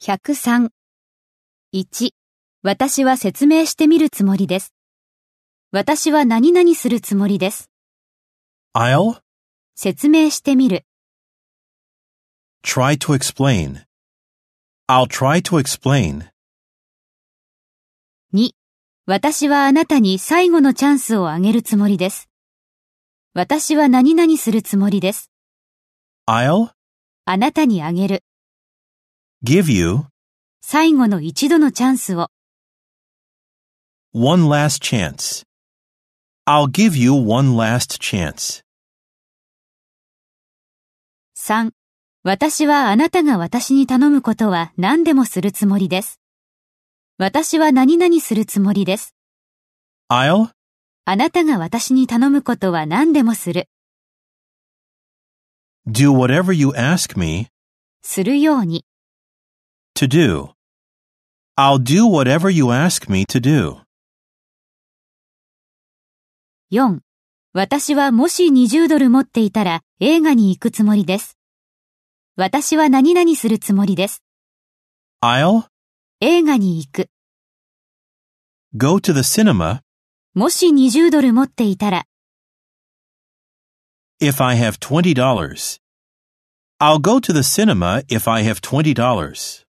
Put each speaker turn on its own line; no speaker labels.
103。1. 私は説明してみるつもりです。私は何々するつもりです。
I'll
説明してみる。
try to explain. I'll try to explain.
2. 私はあなたに最後のチャンスをあげるつもりです。私は何々するつもりです。
I'll
あなたにあげる。
give you
最後の一度のチャンスを。
one last chance. I'll give you one last chance.
3. 私はあなたが私に頼むことは何でもするつもりです。私は何々するつもりです。
I'll
あなたが私に頼むことは何でもする。
do whatever you ask me
するように。
to do. I'll do whatever you ask me to do.
4. 私はもし20ドル持っていたら映画に行くつもりです。私は何々するつもりです。
I'll
映画に行く。
go to the cinema
もし20ドル持っていたら、
if I have $20. I'll go to the cinema if I have $20.